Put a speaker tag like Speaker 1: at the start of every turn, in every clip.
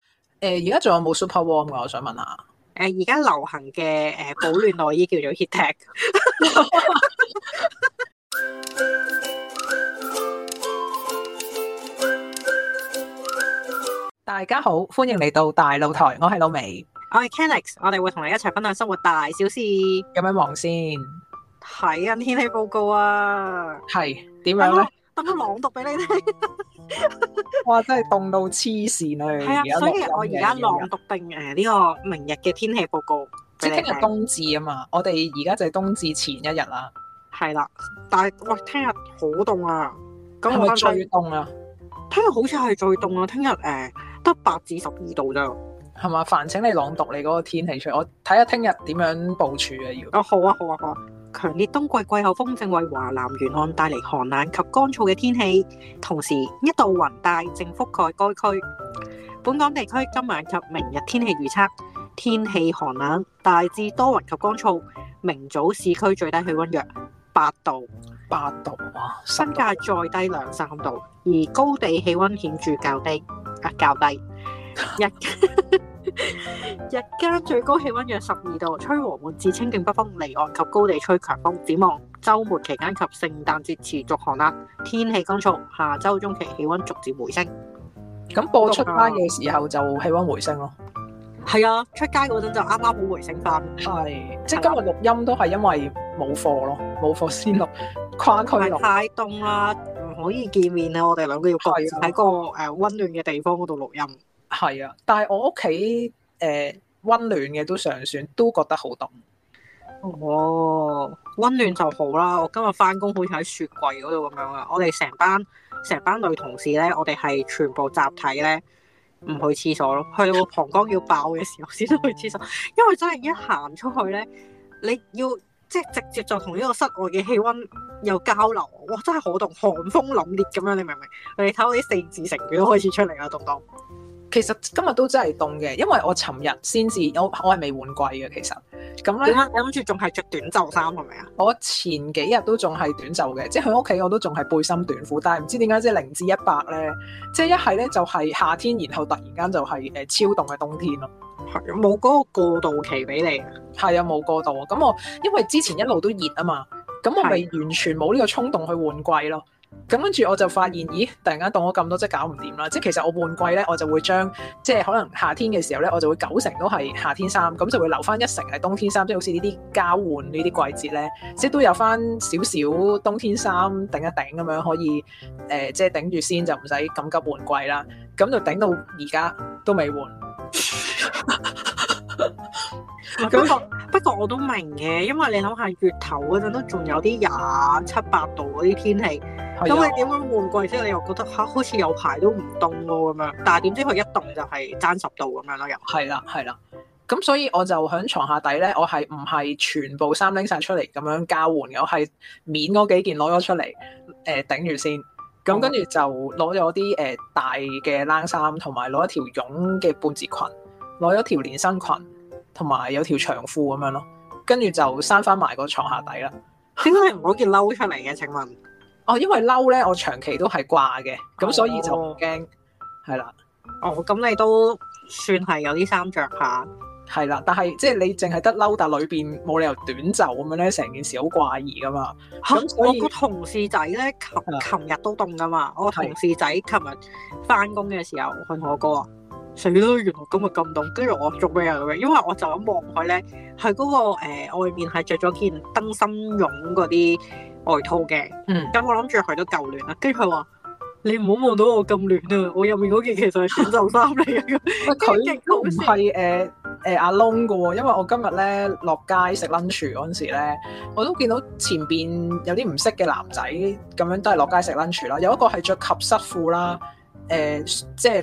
Speaker 1: 誒呃而家仲有冇 super warm 噶？我想問下。
Speaker 2: 呃誒而家流行嘅誒保暖內衣叫做 heat tech，
Speaker 1: 大家好，歡迎嚟到大露台，我係老味。
Speaker 2: 我係 Canix，我哋會同你一齊分享生活大小事，
Speaker 1: 有咩忙先？
Speaker 2: 睇緊天氣報告啊！
Speaker 1: 係點
Speaker 2: 等
Speaker 1: 樣
Speaker 2: 我
Speaker 1: 咧？
Speaker 2: 等我朗讀俾你聽，
Speaker 1: 哇！真係凍到黐線啊！
Speaker 2: 係啊，
Speaker 1: 而家
Speaker 2: 所
Speaker 1: 落
Speaker 2: 以我而
Speaker 1: 緊嘅
Speaker 2: 家朗讀定誒呢個明日嘅天氣報告
Speaker 1: 即係
Speaker 2: 俾你
Speaker 1: 聽日
Speaker 2: 聽，
Speaker 1: 冬至啊嘛，我哋而家就係冬至前一日啦。
Speaker 2: 係啦。但係喂，聽日好凍啊！咁
Speaker 1: 係
Speaker 2: 我
Speaker 1: 咪
Speaker 2: 翻返，
Speaker 1: 最凍啊？
Speaker 2: 聽日好似係最凍啊！聽日誒得八至十二度咋？哦，
Speaker 1: 係嘛？煩請你朗讀你嗰個天氣出嚟，我睇下聽日點樣部署啊！要
Speaker 2: 好啊，好啊，好啊！強烈冬季季候風正為華南沿岸帶嚟寒冷及乾燥嘅天氣，同時一道雲帶正覆蓋該區。本港地區今晚及明日天氣預測：天氣寒冷，大致多雲及乾燥。明早市區最低氣温約八度，
Speaker 1: 八度啊哇！
Speaker 2: 新界再低兩三度，而高地氣温顯著較低，啊較低。日 日間最高氣温約十二度，吹和緩至清勁北風，離岸及高地吹強風。展望週末期間及聖誕節持續寒冷，天氣乾燥。下週中期氣温逐漸回升。
Speaker 1: 咁播出街嘅時候就氣温回升咯。
Speaker 2: 係啊，出街嗰陣就啱啱好回升翻。
Speaker 1: 係，即係今日錄音都係因為冇貨咯，冇貨先錄，跨區
Speaker 2: 唔係
Speaker 1: 錄。
Speaker 2: 太凍啦，唔可以見面啦，我哋兩個要各自
Speaker 1: 係啊
Speaker 2: 喺個誒温暖嘅地方嗰度錄音。
Speaker 1: 係啊，但係我屋企誒温暖嘅都尚算，都覺得好凍。
Speaker 2: 哦，温暖就好啦。我今日翻工好似喺雪櫃嗰度咁樣啊。我哋成班成班女同事咧，我哋係全部集體咧唔去廁所咯，去到膀胱要爆嘅時候先去廁所，因為真係一行出去咧，你要即係直接就同呢個室外嘅氣温有交流，哇！真係好凍，寒風凜冽咁樣，你明唔明？你睇我啲四字成語都開始出嚟啦，凍凍。
Speaker 1: 其實今日都真係凍嘅，因為我尋日先至我我係未換季嘅，其實咁
Speaker 2: 你
Speaker 1: 咧，
Speaker 2: 諗你諗住仲係着短袖衫係咪啊？
Speaker 1: 我前幾日都仲係短袖嘅，即係喺屋企我都仲係背心短褲，但係唔知點解即係零至一百咧，即係一係咧就係夏天，然後突然間就係誒超凍嘅冬天咯。
Speaker 2: 係冇嗰個過渡期俾你。
Speaker 1: 係啊，冇過度啊。咁我因為之前一路都熱啊嘛，咁我咪完全冇呢個衝動去換季咯。咁跟住我就發現，咦，突然間凍咗咁多，即係搞唔掂啦。即係其實我換季咧，我就會將即係可能夏天嘅時候咧，我就會九成都係夏天衫，咁就會留翻一成係冬天衫，即係好似呢啲交換呢啲季節咧，即係都有翻少少冬天衫頂一頂咁樣可以誒、呃即係頂住先就唔使咁急換季啦。咁就頂到而家都未換。
Speaker 2: 不過不過我都明嘅，因為你諗下月頭嗰陣都仲有啲廿七八度嗰啲天氣，
Speaker 1: 係啊
Speaker 2: 咁你點樣換季之後你又覺得嚇好似有排都唔凍喎咁樣，但係點知佢一凍就係爭十度咁樣咯又。
Speaker 1: 係啦，係啦。咁所以我就喺床下底咧，我係唔係全部衫拎晒出嚟咁樣交換嘅？我係面嗰幾件攞咗出嚟，誒、頂住先。咁跟住就攞咗啲誒大嘅冷衫，同埋攞一條絨嘅半截裙，攞咗條連身裙，同埋有條長褲咁樣咯。跟住就閂翻埋個床下底啦。
Speaker 2: 點解你唔攞件褸出嚟嘅？請問？
Speaker 1: 哦，因為褸咧，我長期都係掛嘅，咁所以就唔
Speaker 2: 哦
Speaker 1: 驚。係啦。
Speaker 2: 哦，咁你都算係有啲衫着下。
Speaker 1: 係啦，但係即係你淨係得褸，但裏邊冇理由短袖咁樣咧，成件事好怪異噶嘛。
Speaker 2: 嚇
Speaker 1: 咁所
Speaker 2: 我
Speaker 1: 以
Speaker 2: 個同事仔咧，琴
Speaker 1: 啊
Speaker 2: 琴日都凍噶嘛。我個同事仔琴日翻工嘅時候，佢同我講話：死啦！原來今日咁凍。跟住我做咩啊？咁樣，因為我就咁望佢咧，佢嗰、個、呃、外面係着咗件燈芯絨嗰啲外套嘅。
Speaker 1: 嗯
Speaker 2: 咁我諗住佢都夠暖啦。跟住佢話：你唔好望到我咁暖啊！我入面嗰件其實係短袖衫嚟嘅。
Speaker 1: 喂佢
Speaker 2: 勁
Speaker 1: 都
Speaker 2: 好
Speaker 1: 唔係誒誒阿窿噶喎，因為我今日咧落街食 lunch 嗰陣時咧，我都見到前邊有啲唔識嘅男仔咁樣都係落街食 lunch 啦，有一個係着及膝褲啦。誒、即係襪，即係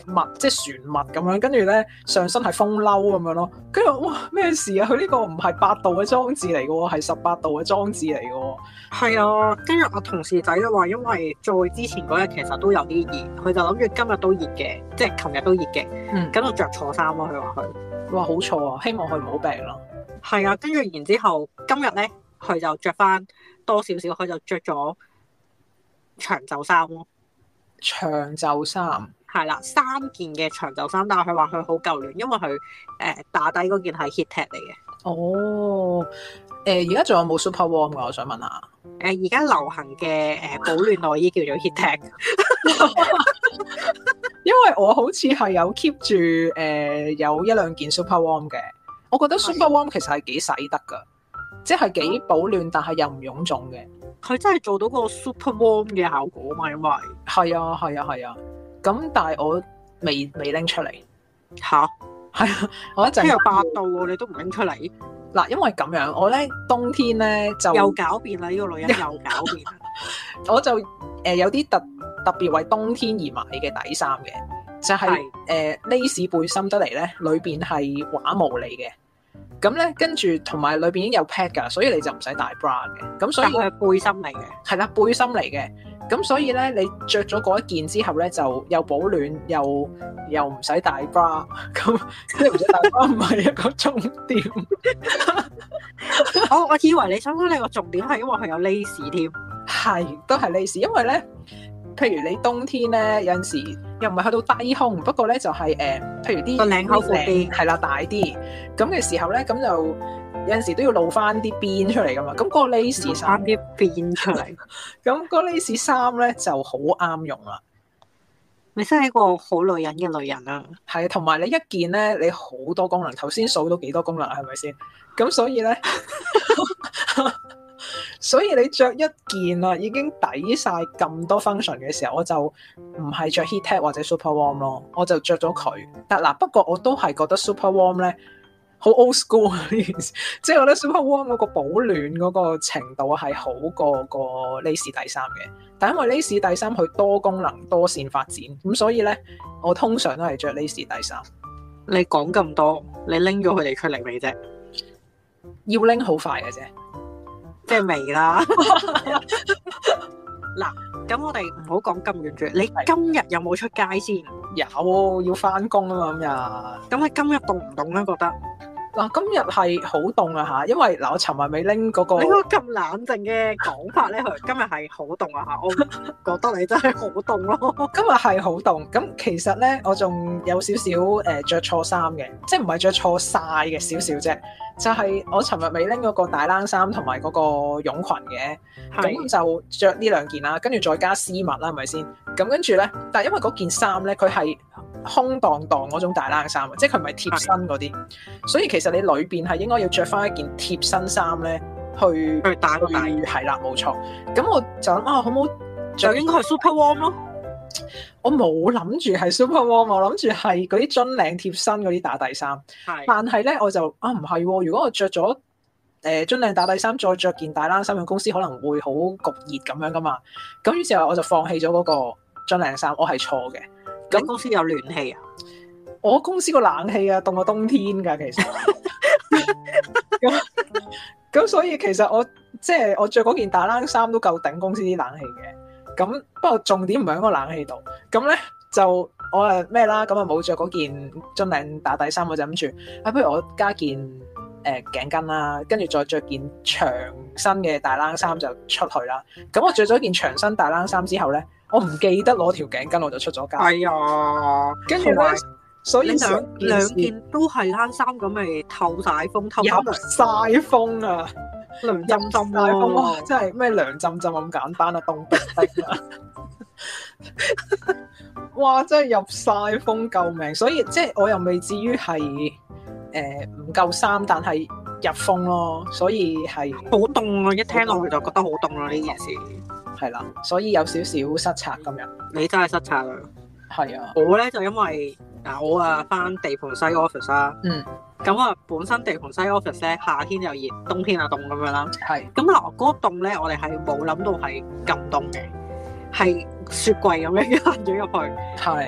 Speaker 1: 船襪咁樣，跟住咧上身係風褸咁樣咯，跟住我哇咩事啊？佢呢個唔係八度嘅裝置嚟嘅喎，係十八度嘅裝置嚟嘅喎。
Speaker 2: 係啊，跟住我同事仔都話，因為再之前嗰日其實都有啲熱，佢就諗住今日都熱嘅，即係琴日都熱嘅。
Speaker 1: 嗯
Speaker 2: 咁就着錯衫咯，佢話佢
Speaker 1: 哇，好錯啊！希望佢唔好病啦。
Speaker 2: 係啊，跟住然之後今日咧，佢就着翻多少少，佢就着咗長袖衫咯。
Speaker 1: 長袖衫，
Speaker 2: 係啦，三件嘅長袖衫，但係佢話佢好夠暖，因為佢誒、呃打底嗰件係 heat tech 嚟嘅。
Speaker 1: 哦，诶、而家仲有冇 super warm 噶？我想問下。
Speaker 2: 誒而家流行嘅誒、呃保暖內衣叫做 heat tech，
Speaker 1: 因為我好似係有 keep 住誒、呃有一兩件 super warm 嘅，我覺得 super warm 其實係哦幾洗得噶，即係幾保暖，但係又唔臃腫嘅。
Speaker 2: 佢真係做到個 super warm 嘅效果嘛，因為
Speaker 1: 係啊，係啊，係啊。咁但係我未未拎出嚟，啊
Speaker 2: 嚇，
Speaker 1: 我一陣
Speaker 2: 佢有八度喎，你都唔拎出嚟，
Speaker 1: 嗱，因為咁樣，我咧冬天咧就
Speaker 2: 又狡辯啦，呢、個女人又狡辯啦，
Speaker 1: 我就誒、呃有啲特特別為冬天而買嘅底衫嘅，就 係、誒
Speaker 2: 係
Speaker 1: lace 背心得嚟咧，裏邊係畫毛嚟嘅。咁咧，跟住同埋裏邊已經有 pad 㗎，所以你就唔使大 bra 嘅。咁所 以
Speaker 2: 但佢係背心嚟嘅，
Speaker 1: 係啦，背心嚟嘅。咁所以咧，你着咗嗰一件之後咧，就又保暖，又又唔使大 bra，咁 即係唔使大 bra 唔係一個重點。
Speaker 2: 哦我我以為你想講你個重點係因為佢有 lace 添，
Speaker 1: 係，都係 lace，因為咧，譬如你冬天咧，有陣時又唔係去到低胸，不過咧就係、呃譬如啲
Speaker 2: 個領口闊啲
Speaker 1: 領係啦，大啲，咁嘅時候咧，咁就有陣時都要露翻啲邊出嚟噶嘛，咁嗰個 lace
Speaker 2: 啱
Speaker 1: 衫，
Speaker 2: 啲變出 嚟，
Speaker 1: 咁嗰 lace 衫咧就好啱用啦，
Speaker 2: 你真係一個好女人嘅女人啊！
Speaker 1: 係，同埋你一件咧，你好多功能，頭先數到幾多功能啊係咪先？咁所以咧， 所以你着一件啦，已經抵晒咁多 function 嘅時候，我就唔係着 heat tech 或者 super warm 咯，我就着咗佢。但嗱，不過我都係覺得 super warm 咧好 old school 啊呢件事，即係我覺得 super warm 嗰個保暖嗰個程度係好過個 lace 底衫嘅。但因為 lace 底衫佢多功能多線發展，咁所以咧我通常都係着 lace 底衫，
Speaker 2: 你講咁多，你拎咗佢哋出嚟未啫？
Speaker 1: 要拎好快嘅啫。
Speaker 2: 即係未 啦。嗱，咁我哋唔好講咁遠住。你
Speaker 1: 係
Speaker 2: 今日有冇出街先？
Speaker 1: 有要翻工啊嘛
Speaker 2: 咁你今日凍唔凍咧？啊覺得
Speaker 1: 咁日嗱，今日係好凍啊吓，因為嗱我尋日未拎嗰個，
Speaker 2: 你嗰個咁冷靜嘅講法咧，佢今日係好凍啊嚇！我覺得你真係好凍咯。
Speaker 1: 今日係好凍。咁其實咧我仲有少少誒著錯衫嘅，即係唔係着錯晒嘅少少啫，就係、我尋日未拎嗰個大冷衫同埋嗰個絨裙嘅。
Speaker 2: 係
Speaker 1: 咁就着呢兩件啦，跟住再加絲襪啦，係咪先？咁跟住咧，但係因為嗰件衫咧，佢係空蕩蕩嗰種大冷衫啊，即係佢唔係貼身嗰啲，所以其實你裏邊係應該要着翻一件貼身衫咧，去
Speaker 2: 佢大個大，
Speaker 1: 去係啦，冇錯。咁我就諗啊，好唔好
Speaker 2: 就
Speaker 1: 着？
Speaker 2: 應該係 super warm 咯。
Speaker 1: 我冇諗住係 super warm，我諗住係嗰啲樽領貼身嗰啲打底衫。
Speaker 2: 係
Speaker 1: 但係咧，我就啊唔係喎，如果我着咗誒樽領打底衫，再着件大冷衫，去公司可能會好焗熱咁樣噶嘛。咁於是乎我就放棄咗嗰個樽領衫，我係錯嘅。咁
Speaker 2: 咁公司有暖氣啊？
Speaker 1: 我公司個冷氣啊，凍過冬天㗎，其實。咁咁所以其實我即係我着嗰件大冷衫都夠頂公司啲冷氣嘅。咁不過重點唔係喺個冷氣度。咁咧就我啊咩啦，咁啊冇着嗰件樽領打底衫，我就諗住啊，不如我加件誒、呃、頸巾啦，跟住再着件長身嘅大冷衫就出去啦。咁我着咗件長身大冷衫之後咧，我唔記得攞條頸巾，我就出咗街。
Speaker 2: 係啊，
Speaker 1: 跟住
Speaker 2: 同
Speaker 1: 咧
Speaker 2: 埋，
Speaker 1: 所以
Speaker 2: 你
Speaker 1: 成
Speaker 2: 兩
Speaker 1: 件
Speaker 2: 兩
Speaker 1: 事
Speaker 2: 件都係冷衫咁，咪透晒風，透
Speaker 1: 入
Speaker 2: 翻
Speaker 1: 晒風啊，
Speaker 2: 涼
Speaker 1: 入
Speaker 2: 浸
Speaker 1: 晒
Speaker 2: 浸
Speaker 1: 風哇！
Speaker 2: 喎。
Speaker 1: 真係咩涼浸浸咁簡單啊，凍冰冰啊！ 哇！真係入晒風，救命！所以即係我又未至於係誒唔夠衫，但係入風咯，所以係
Speaker 2: 好凍啊！一聽落去就覺得好凍啊啦呢件事，
Speaker 1: 係啦，所以有少少失策咁樣。
Speaker 2: 你真係失策啦！
Speaker 1: 係啊，
Speaker 2: 我咧就因為嗱我啊翻地盤西 office 啦，
Speaker 1: 嗯，
Speaker 2: 咁啊本身地盤西 office 咧夏天又熱，冬天又凍咁樣啦。
Speaker 1: 係
Speaker 2: 咁嗱嗰個凍咧，我哋係冇諗到係咁凍嘅，係雪櫃咁樣 攤咗入去。
Speaker 1: 係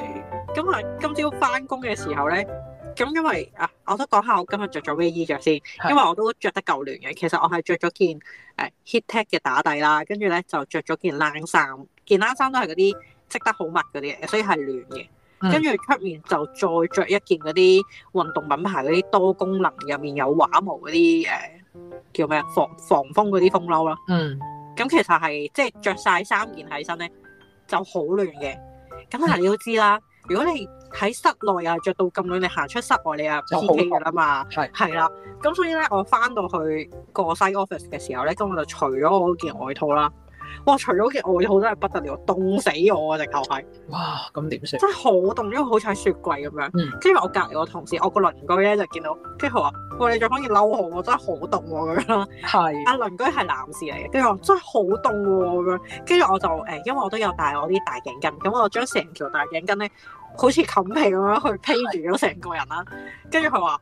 Speaker 2: 咁啊，今朝翻工嘅時候咧，咁因為啊，我都講下我今日着咗咩衣着先，因為我都着得夠暖嘅。其實我係着咗件誒、呃 heat tech 嘅打底啦，跟住咧就着咗件冷衫，件冷衫都係嗰啲織得好密嗰啲，所以係暖嘅。
Speaker 1: 嗯
Speaker 2: 跟住出面就再着一件嗰啲運動品牌嗰啲多功能，入面有畫毛嗰啲誒叫咩啊防防風嗰啲風褸啦。
Speaker 1: 嗯
Speaker 2: 咁其
Speaker 1: 嗯
Speaker 2: 實係即係着晒三件喺身咧，就好亂嘅。咁但係你都知啦，如果你喺室內又係着到咁暖，你行出室外你又唔
Speaker 1: 就好
Speaker 2: P K 㗎啦嘛，
Speaker 1: 係
Speaker 2: 係啦。咁所以咧，我翻到去個西 office 嘅時候咧，咁我就除咗我嗰件外套啦。哇！除咗件外套真係不得了，凍死我啊！直頭係
Speaker 1: 哇，咁點算？
Speaker 2: 真係好凍，因為好似喺雪櫃咁樣。
Speaker 1: 嗯
Speaker 2: 跟住我隔離我同事，我個鄰居咧就見到，跟住佢話：喂，你着翻件褸好，我真係好凍喎咁樣啦。
Speaker 1: 係
Speaker 2: 阿鄰居係男士嚟嘅，跟住我真係好凍喎咁樣，跟住我就誒、因為我都有戴我啲大頸巾，咁我將成條大頸巾咧，好似冚被咁樣去披住咗成個人啦。跟住佢話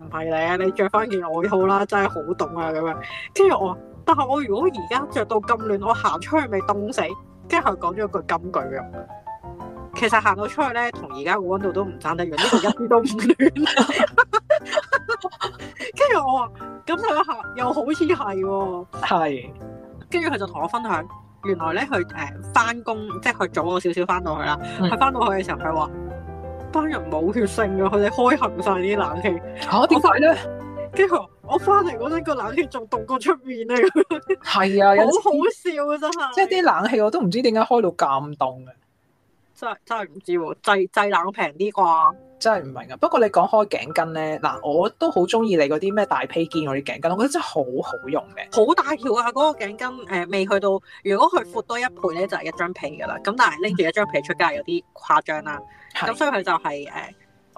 Speaker 2: 唔係咧，你着翻件外套啦，真係好凍啊咁樣。跟住我話，但係我如果而家着到咁暖，我行出去咪凍死。跟住佢講咗句金句嘅。其實行到出去咧，同而家個温度都唔爭得遠，呢度一啲都唔暖。 跟住我話，咁想下又好似係喎。
Speaker 1: 係
Speaker 2: 跟住佢就同我分享，原來咧佢誒翻工，即係佢早我少少翻到去啦。
Speaker 1: 嗯
Speaker 2: 佢翻到去嘅時候，佢話班人冇血性㗎，佢哋開行晒啲冷氣。
Speaker 1: 嚇點解咧？
Speaker 2: 跟住佢話我翻嚟嗰陣個冷氣仲凍過出面咧，咁樣
Speaker 1: 係啊，有陣時
Speaker 2: 好好笑啊真係。
Speaker 1: 即係啲冷氣我都唔知點解開到咁凍嘅，
Speaker 2: 真係真係唔知喎，製製冷平啲啩？
Speaker 1: 真係唔明啊！
Speaker 2: 嗯
Speaker 1: 不過你講開頸巾咧，嗱我都好中意你嗰啲咩大披肩嗰啲頸巾，我覺得真係好好用嘅。
Speaker 2: 好大條啊！嗰、個頸巾誒、未去到，如果佢闊多一倍咧，就係、一張被㗎啦。咁但係拎住一張被出街有啲誇張啦。咁
Speaker 1: 係
Speaker 2: 所以佢就係、誒、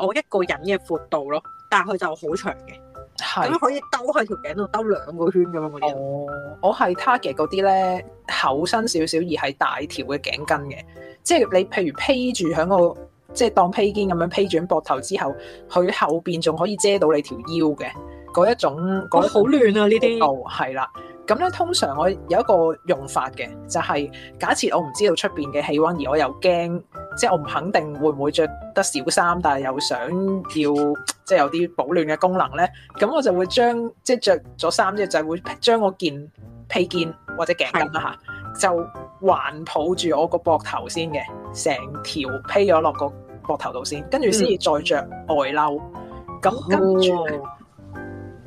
Speaker 2: 我一個人嘅闊度咯，但係佢就好長嘅。咁
Speaker 1: 係
Speaker 2: 樣。可以兜喺條頸度兜兩個圈咁樣嗰啲。
Speaker 1: 哦，我係 target 嗰啲咧厚身少少而係大條嘅頸巾嘅，即係你譬如披住喺個即係當披肩咁樣披住喺膊頭之後，佢後邊仲可以遮到你條腰嘅嗰一種
Speaker 2: 我
Speaker 1: 嗰一哦
Speaker 2: 好
Speaker 1: 種
Speaker 2: 亂啊！呢啲
Speaker 1: 度係啦。咁咧通常我有一個用法嘅，就係、假設我唔知道出邊嘅氣温，而我又驚，即係我唔肯定會唔會着得少衫，但係又想要即係有啲保暖嘅功能咧，咁我就會將即係着咗衫之後，就會將我件披肩或者頸巾啦嚇，就環抱住我個膊頭先嘅，成條披咗落個膊頭度先，跟住先至再着外褸。咁跟住呢。
Speaker 2: 嗯哦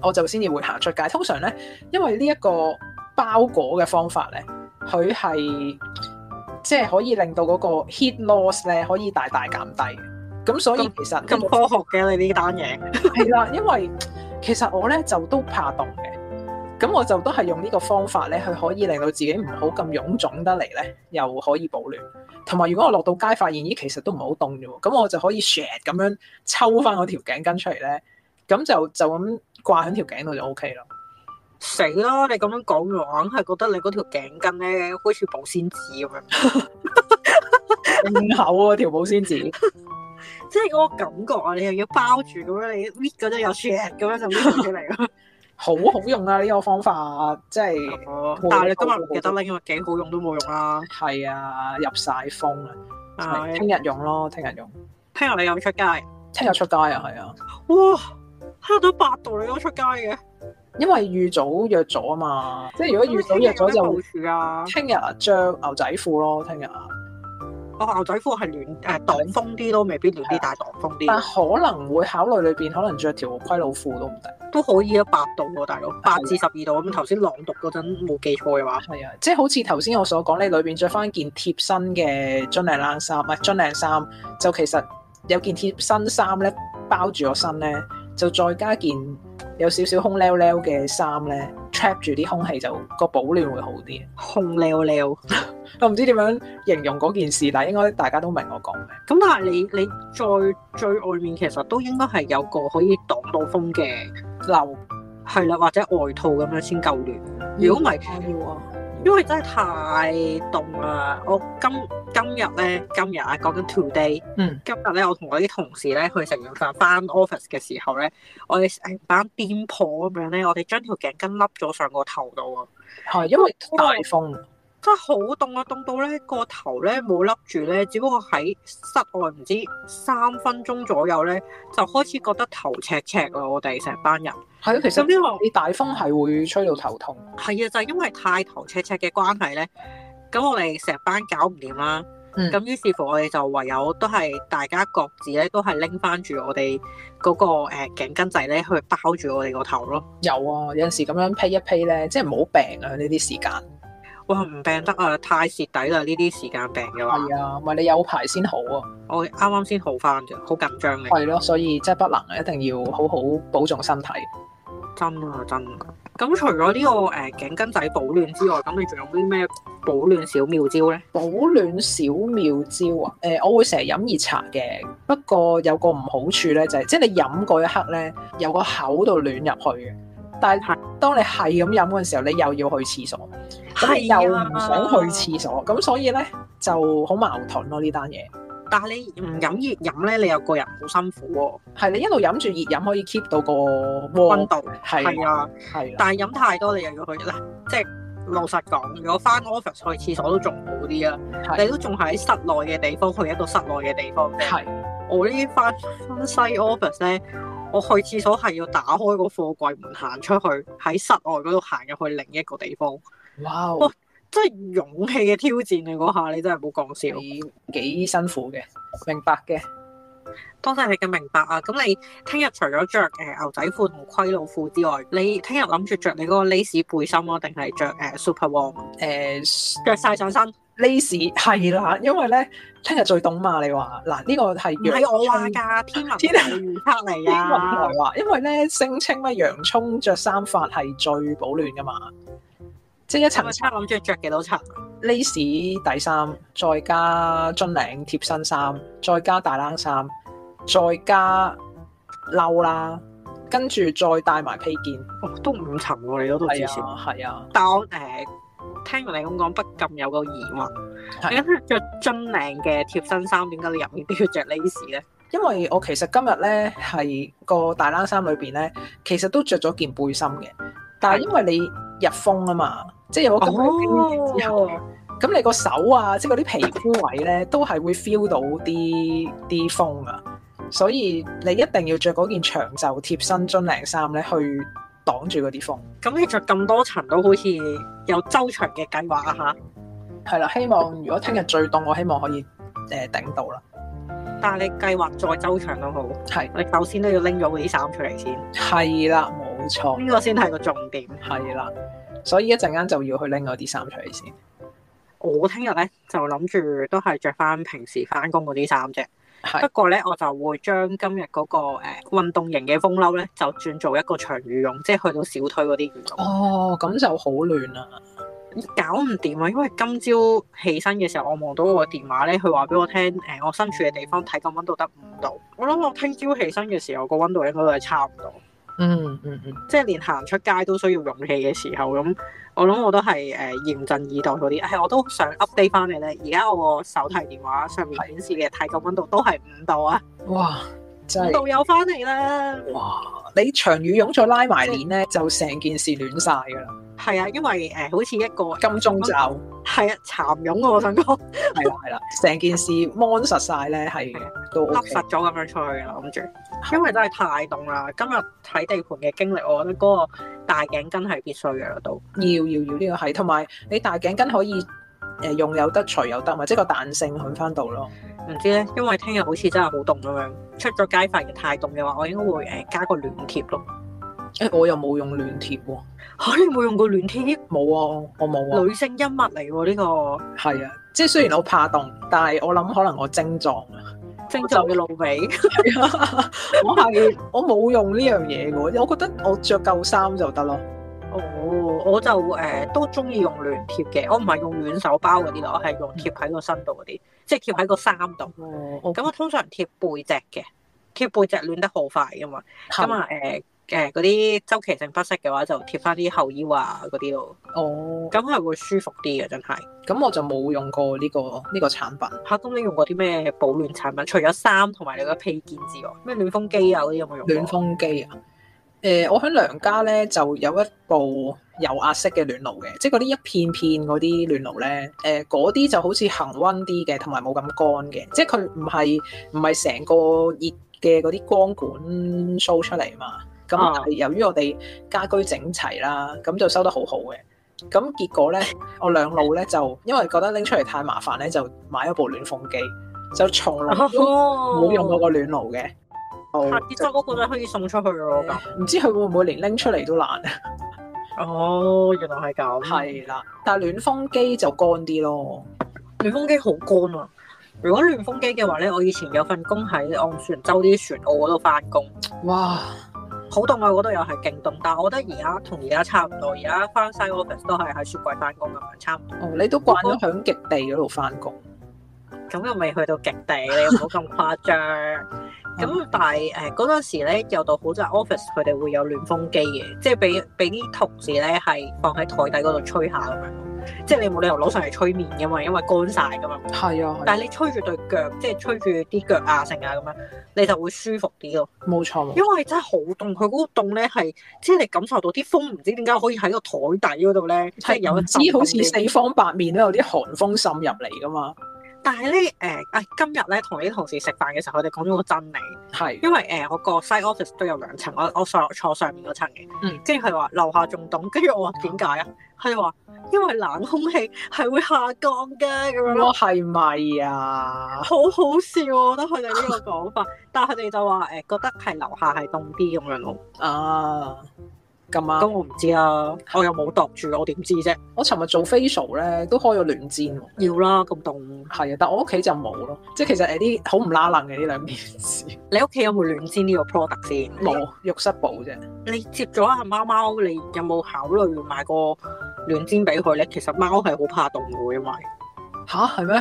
Speaker 1: 我就先至會行出街。通常咧，因為呢一個包裹嘅方法咧，佢係即係可以令到嗰個 heat loss 咧可以大大減低。咁所以其實呢
Speaker 2: 咁
Speaker 1: 個
Speaker 2: 科學嘅你呢單嘢，
Speaker 1: 係啦，因為其實我咧就都怕凍嘅，咁我就都係用呢個方法咧，去可以令到自己唔好咁臃腫得嚟咧，又可以保暖。同埋如果我落到街發現咦，其實都唔係好凍啫喎，咁我就可以 share 咁樣抽翻嗰條頸巾出嚟咧，咁就就咁掛喺條頸度就 O K 啦。
Speaker 2: 死啦！你咁樣講我硬係覺得你嗰條頸巾咧，好似保鮮紙咁樣，
Speaker 1: 勁厚啊條保鮮紙，
Speaker 2: 即係嗰個感覺啊！你又要包住咁樣，你搣嗰陣又 share 咁樣就搣咗出嚟 咯。
Speaker 1: 好好用啊！呢、個方法即係
Speaker 2: 哦但係你今日唔記得拎，因為幾好用都冇用啦。
Speaker 1: 係啊，入晒風啊！
Speaker 2: 係
Speaker 1: 聽日用咯，聽日用，
Speaker 2: 聽日你又出街，
Speaker 1: 聽日出街啊，係啊，
Speaker 2: 哇！黑到八度你都出街嘅，
Speaker 1: 因為預早約咗啊嘛，即係如果預早約咗
Speaker 2: 咁你聽日有咩
Speaker 1: 就
Speaker 2: 部署啊！
Speaker 1: 聽日啊着牛仔褲咯，聽日啊，
Speaker 2: 我哦牛仔褲係暖誒擋風啲咯，未必暖啲，嗯但係擋風啲
Speaker 1: 但。可能會考慮裏邊可能着條龜佬褲都唔定，
Speaker 2: 都可以啊，八度喎、大佬，八至十二度咁。頭先朗讀嗰陣冇記錯嘅話，
Speaker 1: 係啊，即係好似頭先我所講，你裏邊着翻件貼身嘅樽領冷衫，唔係樽領衫，就其實有件貼身衫咧包住個身咧，就再加件有少少空溜溜嘅衫咧 trap 住啲空氣就個保暖會好啲。
Speaker 2: 紅撩撩。
Speaker 1: 我唔知點樣形容嗰件事，但係應該大家都明我講咩。
Speaker 2: 咁但係你你再最外面其實都應該係有個可以擋到風嘅，
Speaker 1: 流
Speaker 2: 係啦，或者外套咁樣先夠暖。如果唔係，
Speaker 1: 要啊，
Speaker 2: 因為真係太凍啦。我今今日咧，今日啊講緊 today，
Speaker 1: 嗯，
Speaker 2: 今日咧我同我啲同事咧去食完飯翻 office 嘅時候咧，我哋成班癲婆咁樣咧，我哋將條頸巾笠咗上個頭度啊！
Speaker 1: 係因為大風，
Speaker 2: 真係好凍啊！凍到咧個頭咧冇笠住咧，只不過喺室外唔知三分鐘左右咧，就開始覺得頭赤赤啦！我哋成班人
Speaker 1: 係啊，其
Speaker 2: 咁
Speaker 1: 實
Speaker 2: 因為
Speaker 1: 你大風係會吹到頭痛。
Speaker 2: 係啊，就係因為太頭赤赤嘅關係咧，咁我哋成班搞唔掂啦。
Speaker 1: 嗯
Speaker 2: 咁、於是乎我哋就唯有都係大家各自咧，都係拎翻住我哋嗰、個誒、呃、頸巾仔咧，去包住我哋個頭咯。
Speaker 1: 有啊，有陣時咁樣批一批咧，即係冇病啊！呢啲時間
Speaker 2: 哇唔病得啊，太蝕底啦！呢啲時間病嘅話，
Speaker 1: 係啊，咪你有排先好啊，
Speaker 2: 我啱啱先好翻啫，好緊張嘅，
Speaker 1: 係咯，所以即係不能啊，一定要好好保重身體。
Speaker 2: 真啊真啊。咁除咗呢個誒頸巾仔保暖之外，咁你仲有啲咩保暖小妙招咧？
Speaker 1: 保暖小妙招啊！誒、我會成日飲熱茶嘅，不過有個唔好處咧，就係、即係你飲嗰一刻咧，有個口度暖入去嘅。但係
Speaker 2: 係
Speaker 1: 當你係咁飲嗰陣時候，你又要去廁所，咁你又唔想去廁
Speaker 2: 啊
Speaker 1: 所，咁所以咧就好矛盾咯呢單嘢。
Speaker 2: 但係你唔飲熱飲咧，你又個人好辛苦喎、
Speaker 1: 係你一路飲住熱飲可以 keep 到個
Speaker 2: 温
Speaker 1: 鍋，
Speaker 2: 度
Speaker 1: 哦係
Speaker 2: 係啊，
Speaker 1: 係啦，
Speaker 2: 但係飲太多你又要去嗱，即係老實講，如果翻 office 去廁所都仲好啲啊，你
Speaker 1: 係
Speaker 2: 都仲喺室內嘅地方去一個室內嘅地方啫。
Speaker 1: 係
Speaker 2: 我呢啲翻翻西 office 咧，我去廁所係要打開個貨櫃門行出去，喺室外嗰度行入去另一個地方，
Speaker 1: 哇！
Speaker 2: 哇真係勇氣嘅挑戰啊！嗰下你真係冇講笑。
Speaker 1: 幾幾辛苦嘅，明白嘅。
Speaker 2: 多謝你嘅明白啊！咁你聽日除咗着誒牛仔褲同盔老褲之外，你聽日諗住着你嗰個 lace 背心啊，定係着誒 super warm？啊
Speaker 1: 誒、
Speaker 2: 着晒上身，唔
Speaker 1: lace 係啦，因為咧聽日最凍嘛，你話嗱呢個係
Speaker 2: 係我話
Speaker 1: 洋葱
Speaker 2: 㗎，天文台
Speaker 1: 天文
Speaker 2: 嘅預測 嚟
Speaker 1: 天文台
Speaker 2: 㗎。
Speaker 1: 話，因為咧聲稱咧洋葱着衫法係最保暖噶嘛，即係一
Speaker 2: 係咪
Speaker 1: 層
Speaker 2: 啊差諗住着幾多層？
Speaker 1: lace 底衫，再加樽領貼身衫，再加大冷衫，再加褸啦，跟住再帶埋披肩，
Speaker 2: 哦，都五層喎，你嗰度至
Speaker 1: 係
Speaker 2: 少。
Speaker 1: 啊係啊，
Speaker 2: 但我誒、呃、聽完你咁講，不禁有個疑問，
Speaker 1: 係
Speaker 2: 你咁着樽領嘅貼身衫，點解你入面都要着 lace 咧？
Speaker 1: 因為我其實今日咧係個大冷衫裏邊咧，其實都着咗件背心嘅，但係因為你入風啊嘛，即係有
Speaker 2: 哦
Speaker 1: 個今日嘅經驗之後。咁你個手啊，即係嗰啲皮膚位咧，都係會 feel 到啲啲風啊，所以你一定要着嗰件長袖貼身樽領衫咧，去擋住嗰啲風。
Speaker 2: 咁你着咁多層都好似有周詳嘅計劃啊嚇！
Speaker 1: 係啦，希望如果聽日最凍，我希望可以誒、呃、頂到啦。
Speaker 2: 但係你計劃再周詳都好，
Speaker 1: 係
Speaker 2: 你首先都要拎咗嗰啲衫出嚟先，
Speaker 1: 係啦，冇錯，
Speaker 2: 呢個先係個重點。
Speaker 1: 係啦。所以一陣間就要去拎嗰啲衫出嚟先。
Speaker 2: 我聽日咧就諗住都係着翻平時翻工嗰啲衫啫，不
Speaker 1: 係
Speaker 2: 過咧我就會將今日嗰個誒運動型嘅風褸咧，就轉做一個長羽絨，即係去到小腿嗰啲羽絨。
Speaker 1: 哦，咁就好亂啦。
Speaker 2: 搞唔掂啊！因為今朝起身嘅時候，我望到我個電話咧，佢話俾我聽，誒、我身處嘅地方體感温度得五度。我諗我聽朝起身嘅時候，個温度應該都係差唔多，
Speaker 1: 嗯嗯嗯，
Speaker 2: 即係連行出街都需要勇氣嘅時候咁。我諗我都係誒、嚴陣以待嗰啲。係、我都想 update 翻你咧。而家我個手提電話上面顯示嘅體感温度都係五度啊，
Speaker 1: 哇，真
Speaker 2: 五
Speaker 1: 係
Speaker 2: 度又翻嚟啦。
Speaker 1: 哇！你長羽絨再拉埋鏈咧，就成件事亂晒㗎啦。
Speaker 2: 係啊，因為誒、好似一個
Speaker 1: 金鐘罩。
Speaker 2: 係啊蠶蛹啊我想 講
Speaker 1: 係啦係啦，成件事 mon 實晒咧，係 都
Speaker 2: 笠
Speaker 1: OK，
Speaker 2: 實咗咁樣出去㗎啦，諗住，因為真係太凍啦。今日睇地盤嘅經歷，我覺得嗰個大頸巾係必須嘅啦，都
Speaker 1: 要要要呢個係，同埋你大頸巾可以誒用有得除有得嘛，即係個彈性去翻到咯。
Speaker 2: 唔知咧，因為聽日好似真係好凍咁樣，出咗街發現太凍嘅話，我應該會誒、加個暖貼咯。
Speaker 1: 誒、我又冇用暖貼喎，
Speaker 2: 嚇、你冇用過暖貼？
Speaker 1: 冇啊，我冇啊，
Speaker 2: 女性恩物嚟喎呢個
Speaker 1: 係啊，即係雖然我怕凍，但係我諗可能我症狀啊，
Speaker 2: 精壯嘅露尾，
Speaker 1: 我係我冇用呢樣嘢嘅喎，我覺得我着夠衫就得咯。
Speaker 2: 哦，我就誒、都中意用暖貼嘅，我唔係用暖手包嗰啲咯，我係用貼喺個身度嗰啲，即係貼喺個衫度。
Speaker 1: 哦，我
Speaker 2: 咁我通常貼背脊嘅，貼背脊暖得好快噶嘛。咁
Speaker 1: 係
Speaker 2: 啊誒誒嗰啲周期性不適嘅話，就貼翻啲後腰啊嗰啲咯，
Speaker 1: 哦，
Speaker 2: 咁係會舒服啲嘅，真係
Speaker 1: 咁我就冇用過呢、個呢、個產品。
Speaker 2: 嚇。咁、你用過啲咩保暖產品？除咗衫同埋你個披肩之外，咩暖風機啊嗰啲有冇用過？
Speaker 1: 暖風機啊！誒、我喺娘家咧就有一部油壓式嘅暖爐嘅，即係嗰啲一片片嗰啲暖爐咧，誒嗰啲就好似恒温啲嘅，同埋冇咁乾嘅，即係佢唔係唔係成個熱嘅嗰啲光管 show 出嚟嘛。咁
Speaker 2: 啊
Speaker 1: 但係由於我哋家居整齊啦，咁就收得好好嘅。咁結果咧，我兩路咧就因為覺得拎出嚟太麻煩咧，就買咗部暖風機，就從
Speaker 2: 哦
Speaker 1: 來 都
Speaker 2: 冇
Speaker 1: 冇用過個暖爐嘅。
Speaker 2: 下次執嗰個就可以送出去咯。咁
Speaker 1: 唔知佢會唔會連拎出嚟都難啊？
Speaker 2: 哦，原來係咁。
Speaker 1: 係啦，但係暖風機就乾啲咯。
Speaker 2: 暖風機好乾啊！如果暖風機嘅話咧，我以前有份工喺昂船洲啲船澳嗰度翻工，
Speaker 1: 哇！
Speaker 2: 好凍啊！嗰度又係勁凍，但係我覺得而家同而家差唔多，而家翻西 office 都係喺雪櫃翻工咁樣，差唔多。
Speaker 1: 哦，你都慣咗響極地嗰度翻工。
Speaker 2: 咁又未去到極地，你唔好咁誇張。
Speaker 1: 嗯
Speaker 2: 咁但係誒嗰陣時咧，有到好就 office 佢哋會有暖風機嘅，即係俾俾啲同事咧係放喺台底嗰度吹下咁樣，即係你冇理由攞上嚟吹面噶嘛，因為乾晒噶嘛。
Speaker 1: 係啊，係啊
Speaker 2: 但係你吹住對腳，即係吹住啲腳啊、成啊咁樣，你就會舒服啲咯。
Speaker 1: 冇錯。冇錯
Speaker 2: 因為真係好凍，佢嗰個凍咧係，即係你感受到啲風唔知點解可以喺個台底嗰度咧，即係
Speaker 1: 係
Speaker 2: 有
Speaker 1: 有
Speaker 2: 一
Speaker 1: 知
Speaker 2: 陣
Speaker 1: 好
Speaker 2: 咁
Speaker 1: 似
Speaker 2: 嘅
Speaker 1: 四方八面都有啲寒風滲入嚟噶嘛。
Speaker 2: 但係咧誒啊，今日咧同啲同事食飯嘅時候，佢哋講咗個真理，
Speaker 1: 係
Speaker 2: 因為誒、呃我個西 office 都有兩層，我我上坐上面嗰層
Speaker 1: 嗯
Speaker 2: 嘅，跟住佢話樓下仲凍，跟住我話點解啊？佢哋話因為冷空氣係會下降嘅咁樣咯。
Speaker 1: 我哦係咪啊？
Speaker 2: 好好笑喎，我覺得佢哋呢個講法，但係佢哋就話誒、覺得係樓下係凍啲咁樣咯。
Speaker 1: 啊，咁
Speaker 2: 咁
Speaker 1: 啊！
Speaker 2: 我唔知啊，我又冇度住，我點知啫？
Speaker 1: 我尋日做 facial 咧，都開咗暖氈喎。
Speaker 2: 要啦，咁凍，
Speaker 1: 係啊，但我屋企就冇咯。即係其實誒啲好唔拉楞嘅呢兩件事，
Speaker 2: 你屋企有冇暖氈呢個 product 先？。
Speaker 1: 冇浴室寶啫。
Speaker 2: 你接咗阿貓貓，你有冇考慮買個暖氈俾佢咧？其實貓係好怕凍嘅，因為
Speaker 1: 吓？係咩？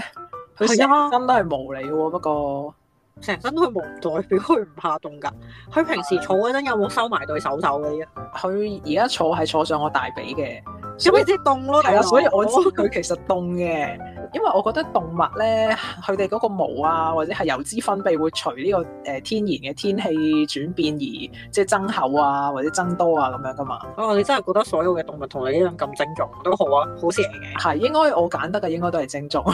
Speaker 1: 佢成
Speaker 2: 係啊
Speaker 1: 身都係毛嚟嘅喎，不過
Speaker 2: 成身都係毛，唔代表佢唔怕凍㗎。佢平時坐嗰陣有冇收埋對手手嘅啫？
Speaker 1: 佢而家坐係坐上我大髀嘅，
Speaker 2: 咁咪即係凍咯，
Speaker 1: 係啊，所以我知
Speaker 2: 知。
Speaker 1: 佢其實凍嘅，因為我覺得動物咧，佢哋嗰個毛啊，或者係油脂分泌會隨呢、個呃天然嘅天氣轉變而即係增厚啊，或者增多啊咁樣噶嘛。
Speaker 2: 哦，你真係覺得所有嘅動物同你一樣咁精準都好啊，好事嚟嘅。
Speaker 1: 係應該我揀得嘅應該都係正宗。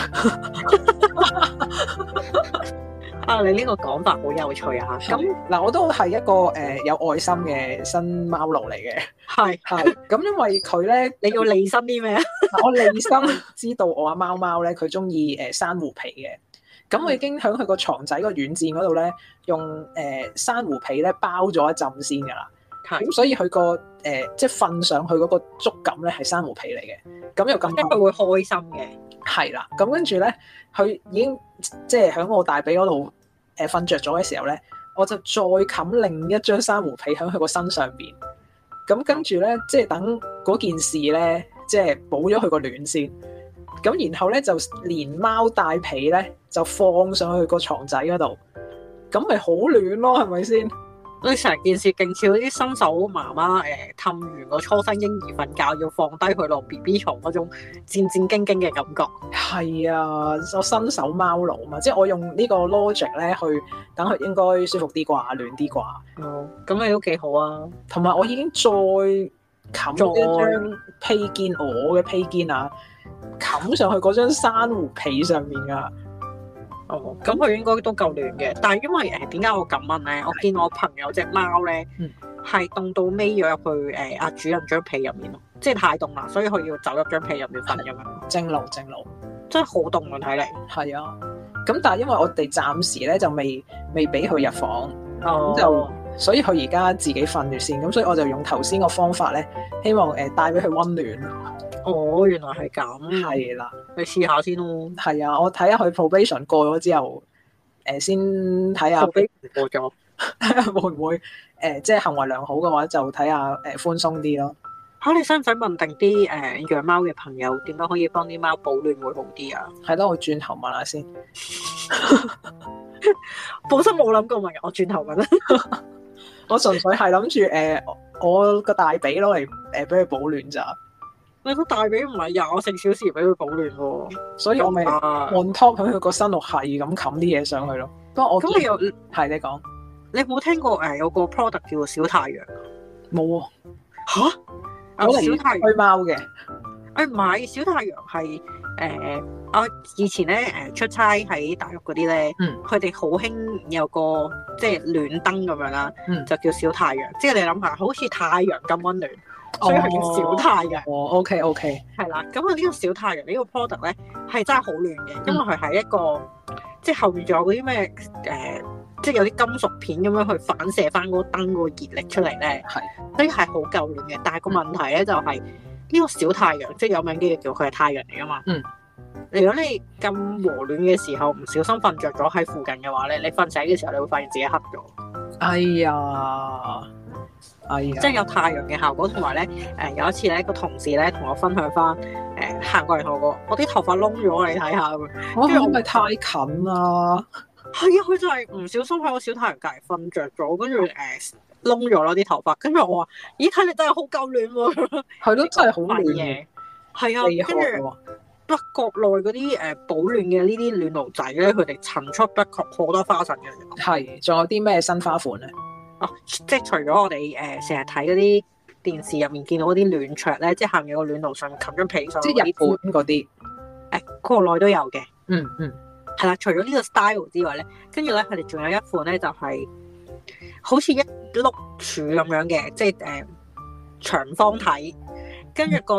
Speaker 2: 啊，你呢個講法好有趣啊！咁
Speaker 1: 咁 嗱，我都係一個誒、呃有愛心嘅新貓奴嚟嘅，
Speaker 2: 係
Speaker 1: 係咁因為佢咧，
Speaker 2: 你要理身啲咩啊？
Speaker 1: 我理心知道我阿貓貓咧，佢中意誒珊瑚皮嘅。
Speaker 2: 嗯
Speaker 1: 咁我已經喺佢個床仔個軟墊嗰度咧，用誒、呃珊瑚皮咧包咗一浸先㗎啦。咁所以佢個誒即係瞓上去嗰個觸感咧係珊瑚皮嚟嘅，咁又咁
Speaker 2: 即係佢會開心嘅。
Speaker 1: 係啦，咁跟住咧佢已經即係喺我大髀嗰度誒瞓着咗嘅時候咧，我就再冚另一張珊瑚被喺佢個身上邊，咁跟住咧即係等嗰件事咧即係補咗佢個暖先，咁然後咧就連貓帶被咧就放上去個床仔嗰度，咁咪好暖咯，係咪先？
Speaker 2: 你成件事勁似嗰啲新手媽媽誒氹完個初生嬰兒瞓覺要放低佢落 B B 床嗰種戰戰兢兢嘅感覺。
Speaker 1: 係啊，我新手貓奴嘛，即係我用呢個 logic 咧去等佢應該舒服啲啩，暖啲啩。
Speaker 2: 哦，咁你都幾好啊！
Speaker 1: 同埋我已經再冚咗一張披肩，我嘅披肩啊，冚上去嗰張珊瑚被上面啊噶。
Speaker 2: 哦，咁佢應該都夠暖嘅，但係因為誒點解我咁問咧？我見我朋友隻貓咧
Speaker 1: 嗯
Speaker 2: 係凍到尾要入去誒阿主人張被入面咯，即係太凍啦，所以佢要走入張被入面瞓咁 樣，
Speaker 1: 正路正路，
Speaker 2: 真係好凍啊！睇嚟。
Speaker 1: 係啊。咁但係因為我哋暫時咧就未未俾佢入房，
Speaker 2: 哦
Speaker 1: 就所以佢而家自己瞓住先。咁所以我就用頭先個方法咧，希望誒、呃、帶俾佢温暖。
Speaker 2: 哦，原來係咁，
Speaker 1: 係啦。
Speaker 2: 你試下先咯。
Speaker 1: 係啊，我睇下佢 probation 過咗之後，誒、先睇下
Speaker 2: 後尾唔過咗，
Speaker 1: 睇下 會唔會誒、呃即係行為良好嘅話，就睇下誒寬鬆啲咯。
Speaker 2: 嚇你使唔使問定啲誒養貓嘅朋友點樣可以幫啲貓保暖會好啲啊？
Speaker 1: 係咯，我轉頭問下先。
Speaker 2: 本身冇諗過問，我轉頭問啦。
Speaker 1: 我純粹係諗住誒，我個大髀攞嚟誒俾佢保暖咋，
Speaker 2: 你個大髀唔係廿四小時俾佢保暖喎，
Speaker 1: 所以我咪
Speaker 2: 啊
Speaker 1: on top 喺佢個身度係咁冚啲嘢上去咯。不過我
Speaker 2: 咁你
Speaker 1: 見
Speaker 2: 又
Speaker 1: 係你講
Speaker 2: 你有冇聽過誒有個 product 叫小太陽？
Speaker 1: 冇喎，
Speaker 2: 嚇！啊
Speaker 1: 我
Speaker 2: 小太
Speaker 1: 嚟
Speaker 2: 陽
Speaker 1: 推貓嘅，
Speaker 2: 誒唔係小太陽係誒我以前咧誒出差喺大陸嗰啲咧
Speaker 1: 嗯，
Speaker 2: 佢哋好興有個即係暖燈咁樣啦，
Speaker 1: 嗯
Speaker 2: 就叫小太陽。即係你諗下，好似太陽咁温暖，所以佢叫小太陽。
Speaker 1: 哦，OK OK，
Speaker 2: 係啦，咁啊呢個小太陽呢個 product 咧係真係好暖嘅，因為佢係一個即係後面仲有嗰啲咩誒呃即係有啲金屬片咁樣去反射翻嗰個燈嗰個熱力出嚟咧，
Speaker 1: 係
Speaker 2: 所以係好夠暖嘅。但係個問題咧就係、呢、個小太陽，即係有名啲嘅叫佢係太陽嚟噶嘛。
Speaker 1: 嗯。
Speaker 2: 如果你咁和暖嘅時候唔小心瞓着咗喺附近嘅話咧，你瞓醒嘅時候你會發現自己黑咗，
Speaker 1: 哎呀，哎呀，
Speaker 2: 即係有太陽嘅效果。同埋咧，誒、有一次咧個同事咧同我分享翻，誒、行過嚟同我講，我啲頭髮窿咗，你睇下咁樣。
Speaker 1: 我
Speaker 2: 跟住
Speaker 1: 係
Speaker 2: 我
Speaker 1: 咪太近啦？
Speaker 2: 係啊，佢就係唔小心喺我小太陽隔離瞓着咗，跟
Speaker 1: 哦
Speaker 2: 住誒窿咗咯啲頭髮，跟住我話：咦，睇你真係好夠暖喎、
Speaker 1: 係咯，真係好亂嘅，
Speaker 2: 嘢。係啊
Speaker 1: 厲，
Speaker 2: 跟
Speaker 1: 害
Speaker 2: 住
Speaker 1: 喎！
Speaker 2: 北國內嗰啲誒保暖嘅呢啲暖爐仔咧，佢哋層出不窮好多花神嘅。
Speaker 1: 係，仲有啲咩新花款啊咧？
Speaker 2: 哦，即係除咗我哋誒成日睇嗰啲電視入面見到嗰啲暖桌咧，即係下面有個暖爐上面冚張被上
Speaker 1: 即
Speaker 2: 去
Speaker 1: 係
Speaker 2: 嗰啲，
Speaker 1: 日本嗰啲，
Speaker 2: 本誒國內都有嘅。
Speaker 1: 嗯嗯，
Speaker 2: 係啦，除咗呢個 style 之外咧，跟住咧佢哋仲有一款咧就係、好似一碌柱咁樣嘅，即係誒、呃長方體，跟住個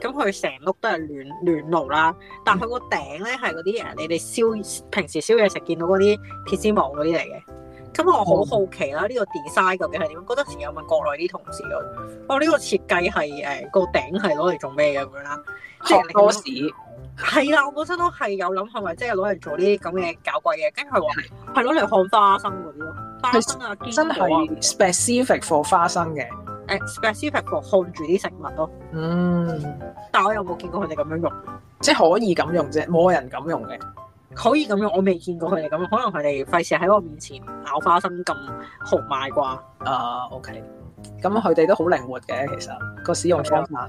Speaker 2: 咁佢成碌都係暖暖爐啦，但佢個頂咧係嗰啲誒你哋燒平時燒嘢食見到嗰啲鐵絲網嗰啲嚟嘅。咁我好好奇啦，呢、個 design 究竟係點？嗰陣時有問國內啲同事咯，哦呢、個設計係誒個頂係攞嚟做咩嘅咁樣啦？即係
Speaker 1: 學
Speaker 2: 你
Speaker 1: 多
Speaker 2: 咁
Speaker 1: 士，
Speaker 2: 係啦，我本身都係有諗
Speaker 1: 嗯
Speaker 2: 係咪即係攞嚟做呢啲咁嘅搞鬼嘢，跟住佢話係攞嚟看花生嗰啲咯，花生啊、
Speaker 1: 真
Speaker 2: 堅果啊
Speaker 1: 係 specific for 花生嘅。
Speaker 2: 誒 specific for 看住啲食物咯。
Speaker 1: 嗯，
Speaker 2: 但我又冇見過佢哋咁樣用，
Speaker 1: 即係可以咁用啫，冇人咁用嘅。
Speaker 2: 可以咁樣，我未見過佢哋咁樣，可能佢哋費事喺我面前咬花生咁豪邁啩。
Speaker 1: 啊，OK，咁佢哋都好靈活嘅，其實個使用方法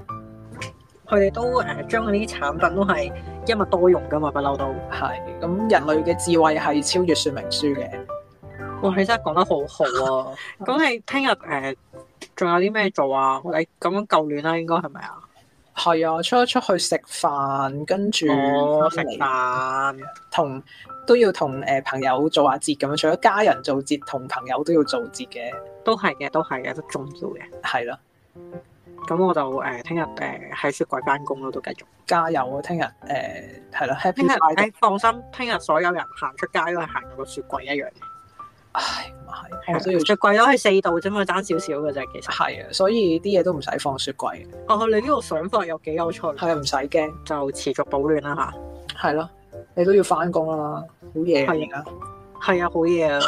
Speaker 2: 佢哋都誒、將嗰啲產品都係一物多用噶嘛，不 嬲都。
Speaker 1: 係咁人類嘅智慧係超越說明書嘅。
Speaker 2: 哇！你真係講得好好啊！咁你聽日誒仲有啲咩做啊？你咁樣夠暖啦，應該係咪啊？
Speaker 1: 係啊，出一出去食飯，跟住
Speaker 2: 哦，食
Speaker 1: 返嚟
Speaker 2: 飯。
Speaker 1: 同都要同誒、呃朋友做下節咁樣，除咗家人做節，同朋友都要做節嘅，
Speaker 2: 都係嘅，都係嘅，都重要嘅。
Speaker 1: 係啦，
Speaker 2: 咁我就誒聽日誒喺雪櫃翻工咯，都繼續。
Speaker 1: 加油啊！聽日誒係啦
Speaker 2: 聽
Speaker 1: ，Happy
Speaker 2: 日哎
Speaker 1: Friday！
Speaker 2: 誒放心，聽日所有人行出街都係行入個雪櫃一樣嘅。
Speaker 1: 唉，唔係，
Speaker 2: 哎係啊
Speaker 1: 我都要
Speaker 2: 雪櫃都係四度啫嘛，爭少少嘅啫。其實，
Speaker 1: 係啊，所以啲嘢都唔使放雪櫃，
Speaker 2: 哦，你呢個想法有幾有趣，
Speaker 1: 係啊，唔使驚，
Speaker 2: 就持續保暖啦嚇。
Speaker 1: 係咯，你都要翻工啦，好夜啊而
Speaker 2: 係
Speaker 1: 家，
Speaker 2: 係啊，好嘢 啊！你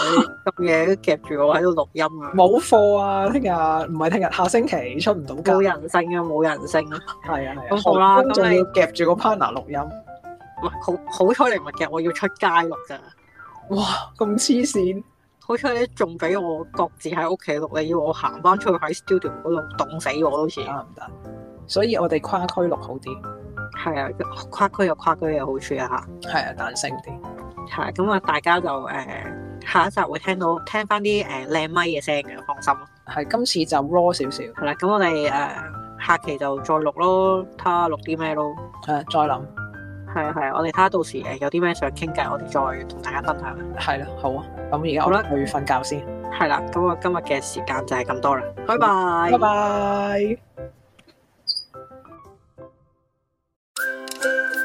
Speaker 2: 咁夜都夾住我喺度錄音啊，
Speaker 1: 冇課啊，聽日唔係聽日，下星期出唔到
Speaker 2: 冇
Speaker 1: 街，
Speaker 2: 人性啊，冇人性啊！
Speaker 1: 係啊係啊，
Speaker 2: 咁好啦
Speaker 1: 學工
Speaker 2: 咁
Speaker 1: 仲
Speaker 2: 你
Speaker 1: 要夾住個 partner 錄音，
Speaker 2: 喂，好好彩你唔係夾我要出街錄咋，
Speaker 1: 哇，咁黐線，
Speaker 2: 好彩你仲俾我各自喺屋企錄，你要我行翻出去喺 studio 嗰度凍死我都似。
Speaker 1: 啊唔得，所以我哋跨區錄好啲，
Speaker 2: 係啊，跨區有跨區嘅好處啊
Speaker 1: 係啊，彈性啲。
Speaker 2: 嚇，係咁啊，大家就誒、呃下一集會聽到聽翻啲誒靚咪嘅聲嘅，放心。
Speaker 1: 係今次就 raw 少少，
Speaker 2: 係啦，咁我哋誒、呃下期就再錄咯，睇下錄啲咩咯。
Speaker 1: 係啊再諗，
Speaker 2: 係啊係啊，我哋睇下到時誒有啲咩想傾偈，我哋再同大家分享。
Speaker 1: 係啦，好啊，咁而家
Speaker 2: 好啦
Speaker 1: 我去瞓覺先，
Speaker 2: 係啦，咁啊我今日嘅時間就係咁多啦，拜拜
Speaker 1: 拜。拜。